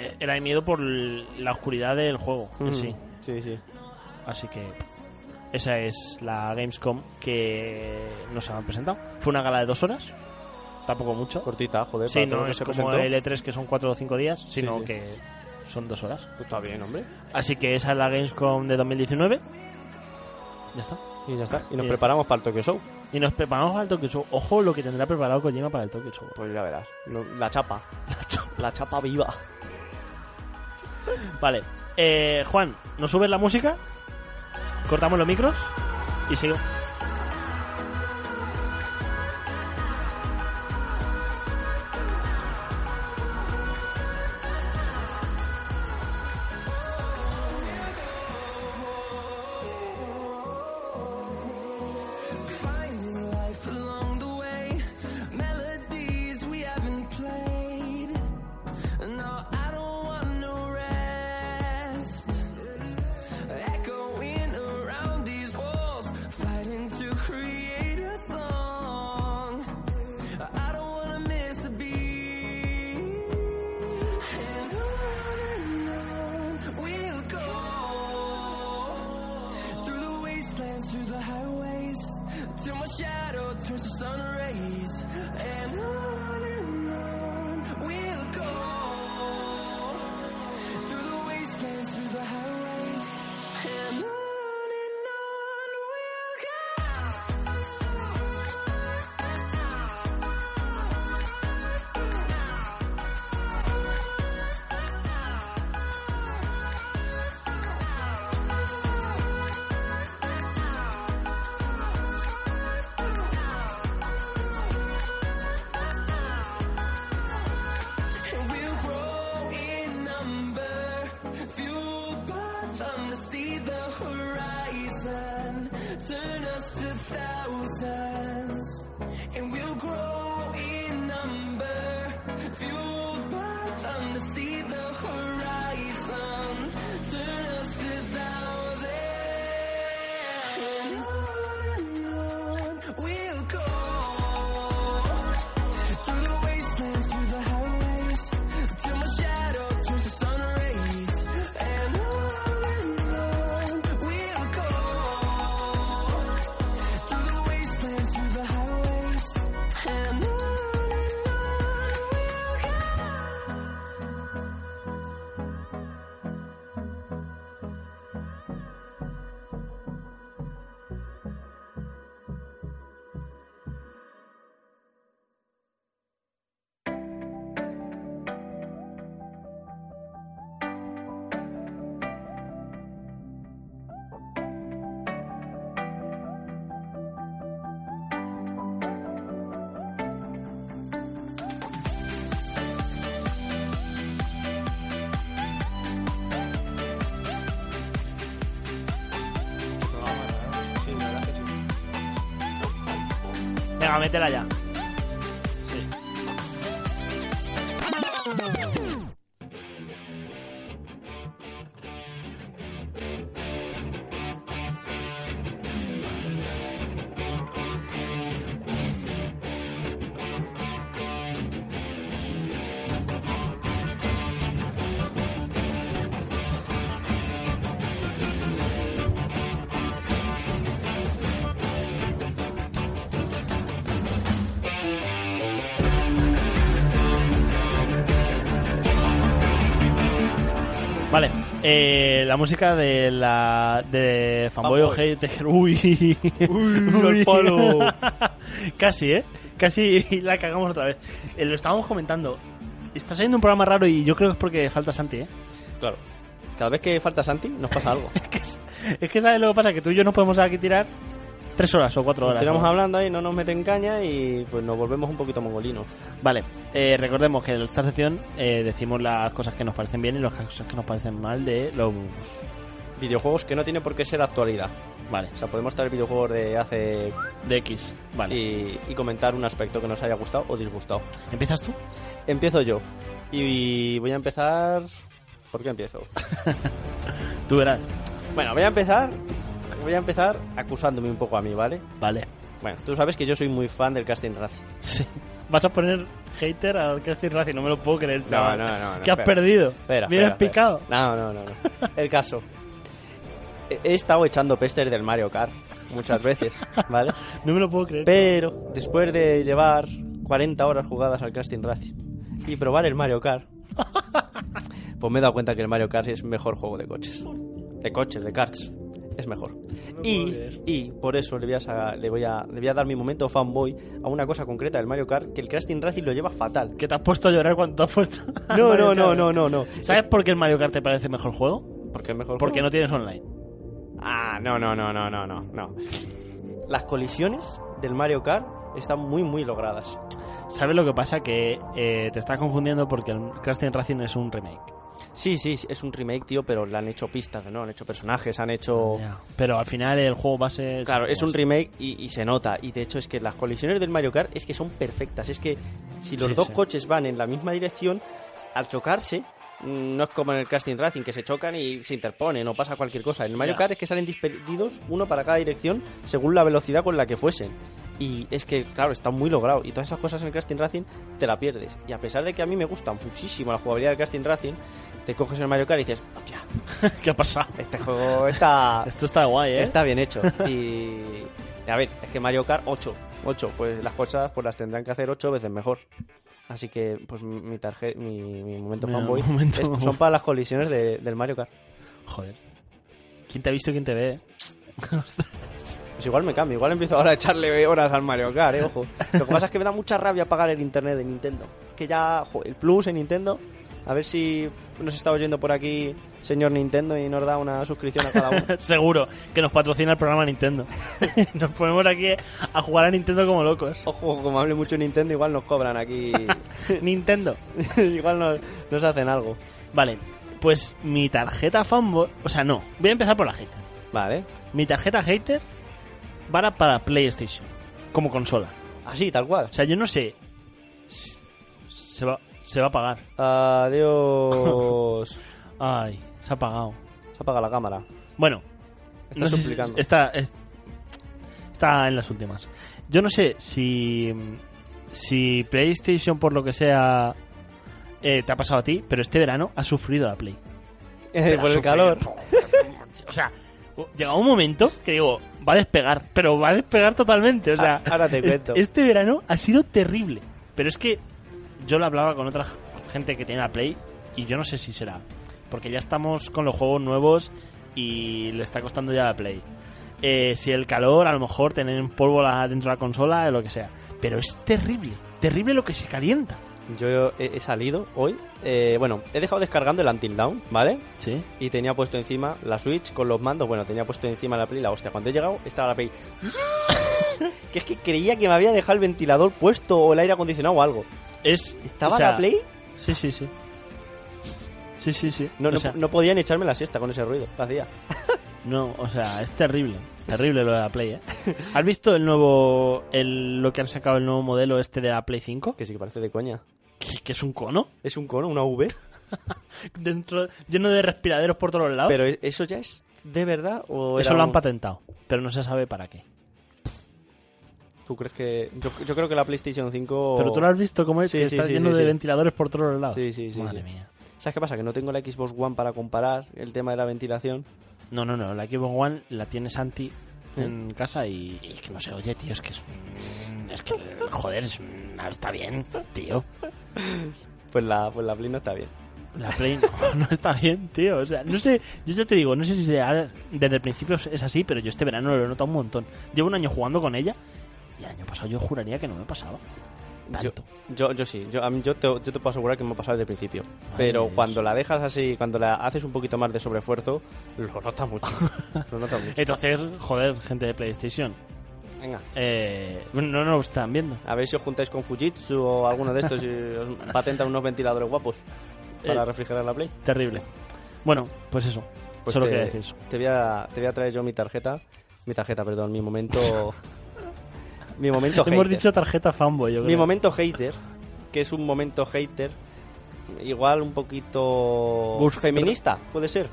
[SPEAKER 1] eh, era de miedo por l- la oscuridad del juego
[SPEAKER 2] Mm.
[SPEAKER 1] en sí.
[SPEAKER 2] Sí, sí.
[SPEAKER 1] Así que esa es la Gamescom que nos han presentado. Fue una gala de dos horas, tampoco mucho.
[SPEAKER 2] Cortita, joder.
[SPEAKER 1] Sí,
[SPEAKER 2] para todo lo
[SPEAKER 1] no
[SPEAKER 2] que
[SPEAKER 1] es
[SPEAKER 2] se
[SPEAKER 1] como
[SPEAKER 2] presentó.
[SPEAKER 1] el E3 que son cuatro o cinco días, sino
[SPEAKER 2] sí.
[SPEAKER 1] que son dos horas.
[SPEAKER 2] Pues está bien, hombre.
[SPEAKER 1] Así que esa es la Gamescom de 2019. Ya está.
[SPEAKER 2] Y ya está. Y nos
[SPEAKER 1] Sí.
[SPEAKER 2] preparamos para el Tokyo Show.
[SPEAKER 1] Y nos preparamos para el Tokyo Show. Ojo lo que tendrá preparado Kojima para el Tokyo Show.
[SPEAKER 2] Pues ya verás. Lo- la chapa. La chapa. viva.
[SPEAKER 1] Vale. Eh, Juan, ¿nos subes la música? Cortamos los micros y sigo.
[SPEAKER 3] Finding life along the way, melodies we haven't played. No, I don't want no rest. Echoing around these walls, fighting to create a song. I don't wanna miss a beat. And on and on we'll go through the wastelands, through the highways, till my shadow turns to sun rays, and on and on we'll go through the wastelands, through the highways, and on and on we'll go. And we'll grow in number, fueled by them to see the horizon, turn us to thousands. And we'll grow in number, fueled by them to see the horizon, turn us to thousands. And on and on we'll go. Through the wastelands, through the highways, till my shadow turns to sun rays, and on and on we'll go. Through the wastelands, through the highways, and on and on we'll go.
[SPEAKER 1] Venga, métela ya. Vale, eh, la música de la de Fanboy o
[SPEAKER 2] Fanboy.
[SPEAKER 1] Hater. Uy,
[SPEAKER 2] al palo.
[SPEAKER 1] Casi, ¿eh? Casi la cagamos otra vez. Eh, lo estábamos comentando. Está saliendo un programa raro y yo creo que es porque falta Santi, ¿eh?
[SPEAKER 2] Claro. Cada vez que falta Santi, nos pasa algo.
[SPEAKER 1] Es que sabes lo que pasa, que tú y yo no podemos aquí tirar tres horas o cuatro horas.
[SPEAKER 2] Tenemos
[SPEAKER 1] ¿no?
[SPEAKER 2] hablando ahí, no nos meten caña y pues nos volvemos un poquito mongolinos.
[SPEAKER 1] Vale, eh, recordemos que en esta sección eh, decimos las cosas que nos parecen bien y las cosas que nos parecen mal de los
[SPEAKER 2] videojuegos que no tienen por qué ser actualidad.
[SPEAKER 1] Vale.
[SPEAKER 2] O sea, podemos traer videojuegos de hace
[SPEAKER 1] De X. Vale.
[SPEAKER 2] y, y comentar un aspecto que nos haya gustado o disgustado.
[SPEAKER 1] ¿Empiezas tú?
[SPEAKER 2] Empiezo yo. Y voy a empezar. ¿Por qué empiezo?
[SPEAKER 1] Tú verás.
[SPEAKER 2] Bueno, voy a empezar. Voy a empezar acusándome un poco a mí, ¿vale?
[SPEAKER 1] Vale.
[SPEAKER 2] Bueno, tú sabes que yo soy muy fan del casting Racing.
[SPEAKER 1] Sí. Vas a poner hater al Casting Racing, no me lo puedo creer, chaval.
[SPEAKER 2] no, no, no,
[SPEAKER 1] ¿Qué has
[SPEAKER 2] espera.
[SPEAKER 1] perdido?
[SPEAKER 2] Espera, espera,
[SPEAKER 1] Vienes
[SPEAKER 2] espera.
[SPEAKER 1] picado.
[SPEAKER 2] No, no, no, no. El caso. He- He estado echando pestes del Mario Kart muchas veces, ¿vale?
[SPEAKER 1] No me lo puedo creer.
[SPEAKER 2] Pero después de llevar 40 horas jugadas al Casting Racing y probar el Mario Kart, pues me he dado cuenta que el Mario Kart es mejor juego de coches. De coches, de karts. Es mejor.
[SPEAKER 1] me
[SPEAKER 2] Y,
[SPEAKER 1] puedo creer.
[SPEAKER 2] y por eso le voy, a, sa- le, voy a, le voy a dar mi momento fanboy a una cosa concreta del Mario Kart que el Casting Racing lo lleva fatal.
[SPEAKER 1] que te has puesto a llorar cuando te has puesto.
[SPEAKER 2] No, no,
[SPEAKER 1] Mario
[SPEAKER 2] no,
[SPEAKER 1] Kart.
[SPEAKER 2] no, no, no.
[SPEAKER 1] ¿Sabes por qué el Mario Kart te parece mejor juego?
[SPEAKER 2] ¿Por qué es mejor
[SPEAKER 1] Porque
[SPEAKER 2] juego?
[SPEAKER 1] no tienes online.
[SPEAKER 2] Ah, no, no, no, no, no, no, no. Las colisiones del Mario Kart están muy, muy logradas.
[SPEAKER 1] ¿Sabes lo que pasa? Que eh, te estás confundiendo porque el Casting Racing es un remake.
[SPEAKER 2] Sí, sí, sí, es un remake, tío, pero le han hecho pistas, ¿no? Han hecho personajes, han hecho...
[SPEAKER 1] Ya. Pero al final el juego base.
[SPEAKER 2] Claro, es un
[SPEAKER 1] remake.
[SPEAKER 2] remake y, y se nota. Y de hecho es que las colisiones del Mario Kart es que son perfectas. Es que si los
[SPEAKER 1] Sí,
[SPEAKER 2] dos
[SPEAKER 1] sí.
[SPEAKER 2] coches van en la misma dirección, al chocarse, mm, no es como en el Casting Racing, que se chocan y se interponen o pasa cualquier cosa. En el Mario
[SPEAKER 1] Ya.
[SPEAKER 2] Kart es que salen dispedidos uno para cada dirección según la velocidad con la que fuesen. Y es que, claro, está muy logrado. Y todas esas cosas en el Casting Racing te la pierdes. Y a pesar de que a mí me gusta muchísimo la jugabilidad del Casting Racing, te coges el Mario Kart y dices, hostia,
[SPEAKER 1] ¿Qué ha pasado?
[SPEAKER 2] este juego está,
[SPEAKER 1] Esto está guay, ¿eh?
[SPEAKER 2] Está bien hecho. Y. A ver, es que Mario Kart 8. 8. Pues las cosas pues las tendrán que hacer 8 veces mejor. Así que, pues mi tarjeta, mi, mi momento
[SPEAKER 1] Mira,
[SPEAKER 2] fanboy
[SPEAKER 1] momento-
[SPEAKER 2] es- son para las colisiones de- del Mario Kart.
[SPEAKER 1] Joder. ¿Quién te ha visto y quién te ve? eh?
[SPEAKER 2] Pues igual me cambio, igual empiezo ahora a echarle horas al Mario Kart, eh, ojo. Lo que pasa es que me da mucha rabia pagar el internet de Nintendo. Que ya, jo, el plus en Nintendo. A ver si nos está oyendo por aquí, señor Nintendo, y nos da una suscripción a cada uno.
[SPEAKER 1] Seguro que nos patrocina el programa Nintendo. nos ponemos aquí a jugar a Nintendo como locos.
[SPEAKER 2] Ojo, como hable mucho Nintendo, igual nos cobran aquí.
[SPEAKER 1] Nintendo.
[SPEAKER 2] igual nos, nos hacen algo.
[SPEAKER 1] Vale, pues mi tarjeta fanboy. O sea, no. Voy a empezar por la hater.
[SPEAKER 2] Vale.
[SPEAKER 1] Mi tarjeta hater va para PlayStation. Como consola.
[SPEAKER 2] Así, tal cual.
[SPEAKER 1] O sea, yo no sé. si- Se va, se va a apagar.
[SPEAKER 2] Adiós.
[SPEAKER 1] Ay, se ha apagado.
[SPEAKER 2] Se apaga la cámara.
[SPEAKER 1] Bueno,
[SPEAKER 2] Está
[SPEAKER 1] no sé si-
[SPEAKER 2] suplicando.
[SPEAKER 1] está, es- está en las últimas. Yo no sé si, si PlayStation, por lo que sea, eh, te ha pasado a ti, pero este verano ha sufrido la Play. Pero
[SPEAKER 2] Eh, Por
[SPEAKER 1] ha
[SPEAKER 2] el
[SPEAKER 1] sufrido.
[SPEAKER 2] calor.
[SPEAKER 1] O sea, llega un momento que digo, va a despegar, pero va a despegar totalmente. O sea,
[SPEAKER 2] Ah, ahora te
[SPEAKER 1] es-
[SPEAKER 2] cuento.
[SPEAKER 1] Este, verano ha sido terrible. Pero es que yo lo hablaba con otra gente que tiene la Play y yo no sé si será. Porque ya estamos con los juegos nuevos y le está costando ya la Play. Eh, si el calor, a lo mejor tener en polvo la- dentro de la consola, lo que sea. Pero es terrible, terrible lo que se calienta.
[SPEAKER 2] Yo he, he salido hoy. eh, bueno, he dejado descargando el Until Down, ¿vale?
[SPEAKER 1] Sí.
[SPEAKER 2] Y tenía puesto encima la Switch con los mandos. Bueno, tenía puesto encima la Play. La hostia, cuando he llegado estaba la Play. que es que creía que me había dejado el ventilador puesto o el aire acondicionado o algo.
[SPEAKER 1] Es,
[SPEAKER 2] ¿Estaba
[SPEAKER 1] o sea,
[SPEAKER 2] la Play?
[SPEAKER 1] Sí, sí, sí. Sí, sí, sí.
[SPEAKER 2] No,
[SPEAKER 1] o
[SPEAKER 2] no,
[SPEAKER 1] sea,
[SPEAKER 2] no podían echarme la siesta con ese ruido. La hacía.
[SPEAKER 1] no, o sea, es terrible. Terrible lo de la Play, ¿eh? ¿Has visto el nuevo. El, lo que han sacado el nuevo modelo este de la Play 5?
[SPEAKER 2] Que sí que parece de coña.
[SPEAKER 1] Que, que es un cono.
[SPEAKER 2] Es un cono, una V.
[SPEAKER 1] Dentro, lleno de respiraderos por todos lados.
[SPEAKER 2] Pero ¿e- ¿eso ya es de verdad o
[SPEAKER 1] Ah. Eso
[SPEAKER 2] era
[SPEAKER 1] lo han
[SPEAKER 2] un-
[SPEAKER 1] patentado. Pero no se sabe para qué.
[SPEAKER 2] ¿Tú crees que.? Yo, yo creo que la PlayStation 5.
[SPEAKER 1] Pero tú lo has visto como es
[SPEAKER 2] Oh. Sí,
[SPEAKER 1] que
[SPEAKER 2] sí,
[SPEAKER 1] está
[SPEAKER 2] sí,
[SPEAKER 1] lleno
[SPEAKER 2] sí,
[SPEAKER 1] de
[SPEAKER 2] sí.
[SPEAKER 1] ventiladores por todos lados.
[SPEAKER 2] Sí, sí, sí,
[SPEAKER 1] Madre
[SPEAKER 2] sí.
[SPEAKER 1] mía.
[SPEAKER 2] ¿Sabes qué pasa? Que no tengo la Xbox One para comparar el tema de la ventilación.
[SPEAKER 1] No, no, no. La Xbox One la tiene
[SPEAKER 2] ¿Eh?
[SPEAKER 1] Santi en casa y, y es que no se oye, tío. Es que es un. Es que, joder, es un- está bien, tío.
[SPEAKER 2] Pues la, pues la Play no está bien.
[SPEAKER 1] La Play no, no está bien, tío. O sea, no sé, yo ya te digo, no sé si sea- desde el principio es así, pero yo este verano lo he notado un montón. Llevo un año jugando con ella y el año pasado yo juraría que no me pasaba.
[SPEAKER 2] Yo,
[SPEAKER 1] Tanto.
[SPEAKER 2] yo, yo sí, yo, a mí- yo, te, yo te puedo asegurar que me ha pasado desde el principio. Pero
[SPEAKER 1] Dios.
[SPEAKER 2] cuando la dejas así, cuando la haces un poquito más de sobreesfuerzo, lo notas mucho. lo notas mucho.
[SPEAKER 1] Entonces, joder, gente de PlayStation.
[SPEAKER 2] Venga.
[SPEAKER 1] Eh, no, no lo están viendo.
[SPEAKER 2] A ver si os juntáis con Fujitsu o alguno de estos y os patentan unos ventiladores guapos para
[SPEAKER 1] Eh.
[SPEAKER 2] refrigerar la Play.
[SPEAKER 1] Terrible. Bueno, pues eso.
[SPEAKER 2] Pues
[SPEAKER 1] Solo
[SPEAKER 2] te,
[SPEAKER 1] quería decir eso.
[SPEAKER 2] Te voy, a, te voy a traer yo mi tarjeta. Mi tarjeta, perdón, mi momento. mi momento hater.
[SPEAKER 1] Hemos dicho tarjeta fanboy, yo creo.
[SPEAKER 2] Mi momento hater, que es un momento hater, igual un poquito.
[SPEAKER 1] Bus-
[SPEAKER 2] feminista, puede ser.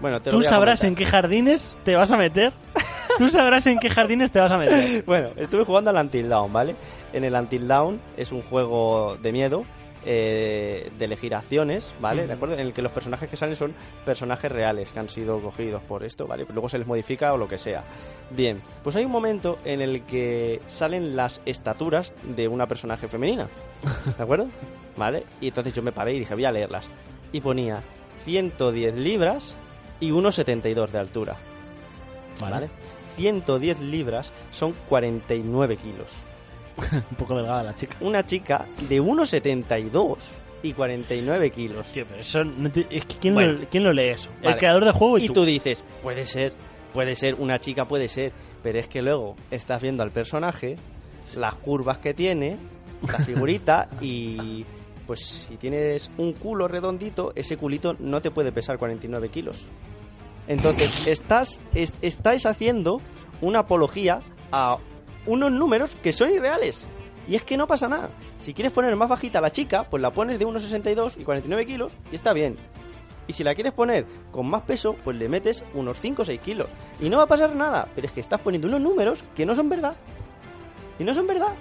[SPEAKER 2] Bueno, te lo
[SPEAKER 1] Tú
[SPEAKER 2] voy a
[SPEAKER 1] sabrás en
[SPEAKER 2] comentar.
[SPEAKER 1] qué jardines te vas a meter. Tú sabrás en qué jardines te vas a meter.
[SPEAKER 2] Bueno, estuve jugando al Until Dawn, ¿vale? En el Until Dawn es un juego de miedo, eh, de elegir acciones, ¿vale? ¿De
[SPEAKER 1] Ujú.
[SPEAKER 2] acuerdo? En el que los personajes que salen son personajes reales que han sido cogidos por esto, ¿vale? Luego se les modifica o lo que sea. Bien, pues hay un momento en el que salen las estaturas de una personaje femenina, ¿de acuerdo? ¿Vale? Y entonces yo me paré y dije, voy a leerlas. Y ponía 110 libras y 1,72 de altura. ¿vale? 110 libras son 49 kilos.
[SPEAKER 1] Un poco delgada la chica.
[SPEAKER 2] Una chica de 1,72 y 49 kilos.
[SPEAKER 1] Tío, pero eso. no te- es que ¿quién,
[SPEAKER 2] Bueno.
[SPEAKER 1] lo, quién lo lee eso? El
[SPEAKER 2] Vale.
[SPEAKER 1] creador del juego y,
[SPEAKER 2] Y tú dices, puede ser, puede ser, una chica puede ser. Pero es que luego estás viendo al personaje, las curvas que tiene, la figurita y... Pues si tienes un culo redondito, ese culito no te puede pesar 49 kilos. Entonces, estás, es- estáis haciendo una apología a unos números que son irreales. Y es que no pasa nada. Si quieres poner más bajita a la chica, pues la pones de 1,62 y 49 kilos y está bien. Y si la quieres poner con más peso, pues le metes unos 5 o 6 kilos. Y no va a pasar nada. Pero es que estás poniendo unos números que no son verdad. Y no son verdad.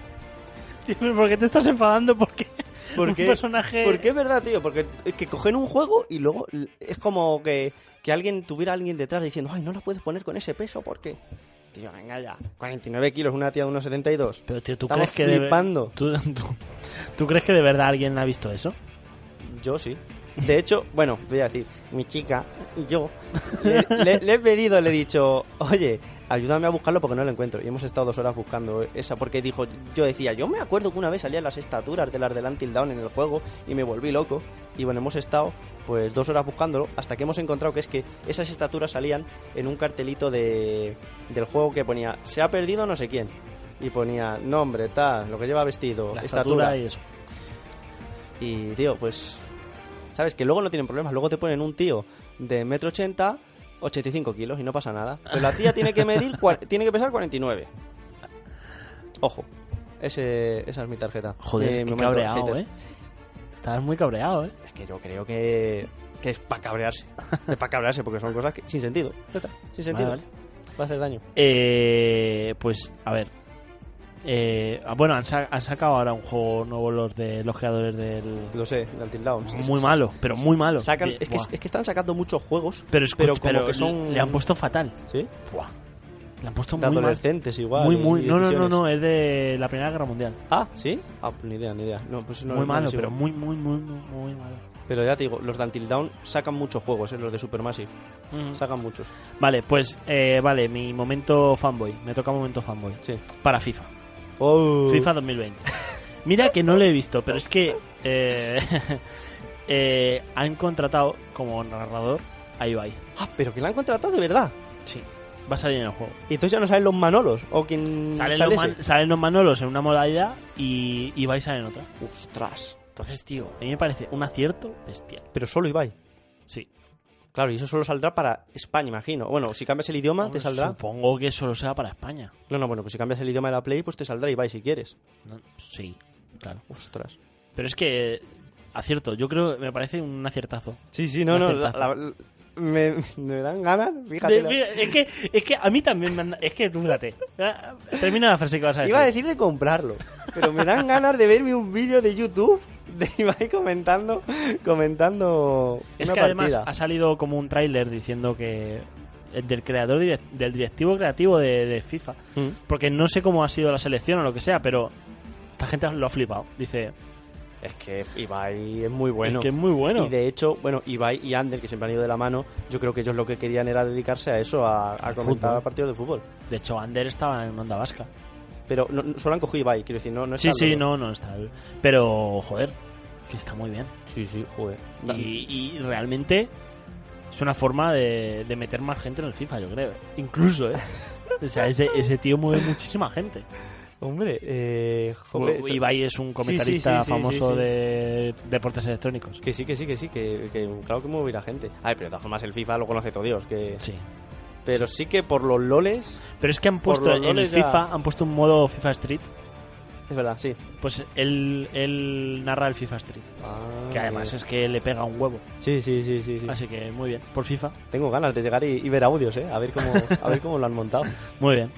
[SPEAKER 1] Tío, pero ¿Por qué te estás enfadando? Porque
[SPEAKER 2] ¿Por
[SPEAKER 1] un
[SPEAKER 2] qué?
[SPEAKER 1] personaje.
[SPEAKER 2] Porque es verdad, tío. Porque es que cogen un juego y luego l- es como que, que alguien tuviera a alguien detrás diciendo, ay, no la puedes poner con ese peso, ¿por qué? Tío, venga ya. 49 kilos, una tía de 1,72.
[SPEAKER 1] Pero, tío, ¿tú crees
[SPEAKER 2] Estamos
[SPEAKER 1] que de ver-
[SPEAKER 2] flipando.
[SPEAKER 1] ¿Tú, tú- tú crees que de verdad alguien ha visto eso?
[SPEAKER 2] Yo sí. De hecho, bueno, voy a decir, mi chica y yo le, le- le he pedido, le he dicho, oye, ayúdame a buscarlo porque no lo encuentro. Y hemos estado dos horas buscando esa, porque dijo, yo decía, yo me acuerdo que una vez salían las estaturas de las del Until Dawn en el juego y me volví loco. Y bueno, hemos estado pues dos horas buscándolo hasta que hemos encontrado que es que esas estaturas salían en un cartelito de, del juego que ponía, se ha perdido no sé quién. Y ponía nombre, tal, lo que lleva vestido,
[SPEAKER 1] La
[SPEAKER 2] estatura.
[SPEAKER 1] estatura y eso.
[SPEAKER 2] Y, tío, pues. ¿Sabes? Que luego no tienen problemas. Luego te ponen un tío de metro ochenta, 85 kilos y no pasa nada. Pero la tía tiene que medir. cua- tiene que pesar 49. Ojo. Ese, esa es mi tarjeta. Mi-
[SPEAKER 1] Joder,
[SPEAKER 2] mi
[SPEAKER 1] qué
[SPEAKER 2] momento
[SPEAKER 1] cabreado,
[SPEAKER 2] hater.
[SPEAKER 1] eh. Estabas muy cabreado, eh.
[SPEAKER 2] Es que yo creo que. Que es para cabrearse. es para cabrearse porque son cosas que, sin sentido. Ya está, Sin sentido.
[SPEAKER 1] Vale,
[SPEAKER 2] Va a hacer daño.
[SPEAKER 1] Eh, pues, a ver. Eh, ah, bueno, han, sa- han sacado ahora un juego nuevo los de los creadores del.
[SPEAKER 2] Lo sé, el Until Dawn.
[SPEAKER 1] Muy malo, pero muy malo.
[SPEAKER 2] Sacan-
[SPEAKER 1] Bien,
[SPEAKER 2] es, que,
[SPEAKER 1] buah.
[SPEAKER 2] es que están sacando muchos juegos.
[SPEAKER 1] pero, escu-
[SPEAKER 2] pero como
[SPEAKER 1] pero
[SPEAKER 2] que son-
[SPEAKER 1] le han puesto fatal.
[SPEAKER 2] ¿Sí?
[SPEAKER 1] Buah. Le han puesto
[SPEAKER 2] De
[SPEAKER 1] muy mal.
[SPEAKER 2] adolescentes igual.
[SPEAKER 1] muy,
[SPEAKER 2] y-
[SPEAKER 1] muy.
[SPEAKER 2] y
[SPEAKER 1] No, no, no,
[SPEAKER 2] decisiones.
[SPEAKER 1] no, es de la Primera Guerra Mundial.
[SPEAKER 2] Ah, ¿sí? Ah, pues ni idea, ni idea. No, pues no-
[SPEAKER 1] muy
[SPEAKER 2] no
[SPEAKER 1] malo,
[SPEAKER 2] les sigo.
[SPEAKER 1] pero muy, muy, muy, muy, muy malo.
[SPEAKER 2] Pero ya te digo, los de Until Dawn sacan muchos juegos, ¿eh? los de Supermassive. Sacan muchos.
[SPEAKER 1] Vale, pues, eh, vale, mi momento fanboy. Me toca momento fanboy.
[SPEAKER 2] Sí.
[SPEAKER 1] Para FIFA.
[SPEAKER 2] Oh.
[SPEAKER 1] FIFA 2020. Mira que no lo he visto, pero es que eh, eh, han contratado como narrador a Ibai.
[SPEAKER 2] Ah, pero que la han contratado de verdad.
[SPEAKER 1] Sí, va a salir en el juego.
[SPEAKER 2] Y entonces ya no salen los Manolos. O quien
[SPEAKER 1] Salen,
[SPEAKER 2] Mm, sale
[SPEAKER 1] los, man-
[SPEAKER 2] ese.
[SPEAKER 1] salen los Manolos en una modalidad y Ibai sale en otra.
[SPEAKER 2] Ostras.
[SPEAKER 1] Entonces, tío, a mí me parece un acierto bestial.
[SPEAKER 2] Pero solo Ibai.
[SPEAKER 1] Sí.
[SPEAKER 2] Claro, y eso solo saldrá para España, imagino. Bueno, si cambias el idioma, te saldrá.
[SPEAKER 1] Supongo que solo sea para España.
[SPEAKER 2] No, no, bueno, pues si cambias el idioma de la Play, pues te saldrá Ibai si quieres.
[SPEAKER 1] No, sí, claro.
[SPEAKER 2] Ostras.
[SPEAKER 1] Pero es que, eh, acierto, yo creo, me parece un aciertazo.
[SPEAKER 2] Sí, sí, no, no.
[SPEAKER 1] Una
[SPEAKER 2] la-
[SPEAKER 1] certaza.
[SPEAKER 2] la- me, me dan ganas, fíjate.
[SPEAKER 1] De-
[SPEAKER 2] la-
[SPEAKER 1] mira, es, que, es que a mí también me han... Es que, tú fíjate. Ah, Termina la frase que vas a decir.
[SPEAKER 2] Iba a decir de comprarlo, pero me dan ganas de verme un vídeo de YouTube de Ibai comentando, comentando
[SPEAKER 1] Es
[SPEAKER 2] una
[SPEAKER 1] que además
[SPEAKER 2] partida.
[SPEAKER 1] ha salido como un tráiler diciendo que el del creador direc- del directivo creativo de, de FIFA,
[SPEAKER 2] Mm.
[SPEAKER 1] porque no sé cómo ha sido la selección o lo que sea, pero esta gente lo ha flipado. Dice,
[SPEAKER 2] Es que Ibai es muy bueno.
[SPEAKER 1] es que es muy bueno.
[SPEAKER 2] Y de hecho, bueno, Ibai y Ander, que siempre han ido de la mano, yo creo que ellos lo que querían era dedicarse a eso, a, a
[SPEAKER 1] Al
[SPEAKER 2] comentar
[SPEAKER 1] fútbol.
[SPEAKER 2] partidos de fútbol.
[SPEAKER 1] De hecho, Ander estaba en onda vasca.
[SPEAKER 2] Pero no- no- solo han cogido Ibai, quiero decir, no, no
[SPEAKER 1] Sí,
[SPEAKER 2] está
[SPEAKER 1] sí,
[SPEAKER 2] Lolo.
[SPEAKER 1] no, no está. Pero, joder, que está muy bien.
[SPEAKER 2] Sí, sí, joder.
[SPEAKER 1] Y, y realmente es una forma de, de meter más gente en el FIFA, yo creo. Incluso, ¿eh? O sea, ese, ese tío mueve muchísima gente.
[SPEAKER 2] Hombre, eh, joder,
[SPEAKER 1] Hombre, Ibai es un comentarista
[SPEAKER 2] sí, sí, sí,
[SPEAKER 1] famoso
[SPEAKER 2] sí, sí.
[SPEAKER 1] de deportes electrónicos.
[SPEAKER 2] Que sí, que sí, que sí, que, que claro que moverá gente. Ay, pero de todas formas el FIFA lo conoce todo Dios. Que...
[SPEAKER 1] Sí.
[SPEAKER 2] Pero sí que por los loles,
[SPEAKER 1] Pero es que han
[SPEAKER 2] Por
[SPEAKER 1] puesto
[SPEAKER 2] los
[SPEAKER 1] en el
[SPEAKER 2] goles ya-
[SPEAKER 1] FIFA, han puesto un modo FIFA Street.
[SPEAKER 2] es verdad, sí.
[SPEAKER 1] Pues él, él narra el FIFA Street. Que además es que le pega un huevo.
[SPEAKER 2] Sí, sí, sí, Ah, sí. sí.
[SPEAKER 1] Así que muy bien, por FIFA.
[SPEAKER 2] Tengo ganas de llegar y, y ver audios, ¿eh? A ver cómo, a ver cómo lo han montado.
[SPEAKER 1] Muy bien.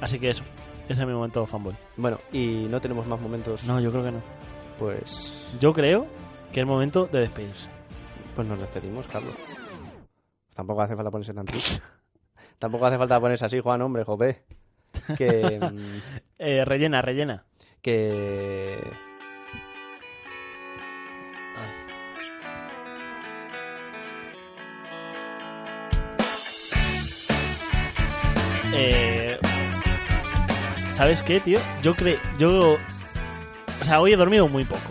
[SPEAKER 1] Así que eso. Ese es mi momento fanboy.
[SPEAKER 2] Bueno, y no tenemos más momentos.
[SPEAKER 1] No, yo creo que no.
[SPEAKER 2] Pues,
[SPEAKER 1] Yo creo que es momento de despedirse.
[SPEAKER 2] pues nos despedimos, Carlos. Tampoco hace falta ponerse tan triste. Tampoco hace falta ponerse así, Juan, hombre, jope. Que, mm,
[SPEAKER 1] Eh, rellena, rellena.
[SPEAKER 2] que...
[SPEAKER 1] Eh, ¿Sabes qué, tío? Yo creo. Yo. O sea, hoy he dormido muy poco.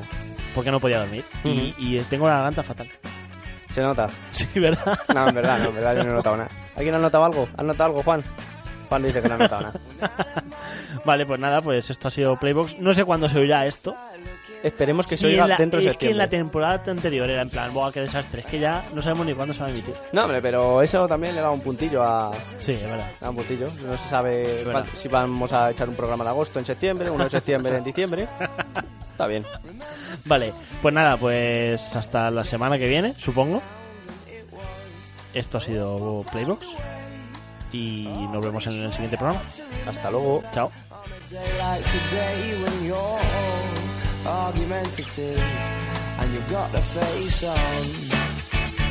[SPEAKER 1] Porque no podía dormir. Y-
[SPEAKER 2] Ujú.
[SPEAKER 1] y, tengo la garganta fatal.
[SPEAKER 2] Se nota.
[SPEAKER 1] Sí, ¿verdad?
[SPEAKER 2] No, en verdad, no, en verdad yo no he notado nada. ¿Alguien ha notado algo? ¿Has notado algo, Juan? Juan dice que no ha notado nada.
[SPEAKER 1] Vale, pues nada, pues esto ha sido Playbox. No sé cuándo se oirá esto.
[SPEAKER 2] Esperemos que se
[SPEAKER 1] Sí, en
[SPEAKER 2] oiga
[SPEAKER 1] la-
[SPEAKER 2] dentro de
[SPEAKER 1] es que en la
[SPEAKER 2] septiembre.
[SPEAKER 1] temporada anterior era en plan, ¡buah, qué desastre! Es que ya no sabemos ni cuándo se va a emitir.
[SPEAKER 2] No, hombre, pero eso también le da un puntillo a, a
[SPEAKER 1] Sí, es verdad.
[SPEAKER 2] un puntillo. pues No se sabe
[SPEAKER 1] Suena.
[SPEAKER 2] cuál- si vamos a echar un programa en agosto, en septiembre, uno en septiembre, en diciembre. Está bien.
[SPEAKER 1] Vale, pues nada, pues hasta la semana que viene, supongo. Esto ha sido Playbox. Y nos vemos en el siguiente programa.
[SPEAKER 2] Hasta luego.
[SPEAKER 1] Chao.
[SPEAKER 3] on a day like today when you're all argumentative and you've got a face on.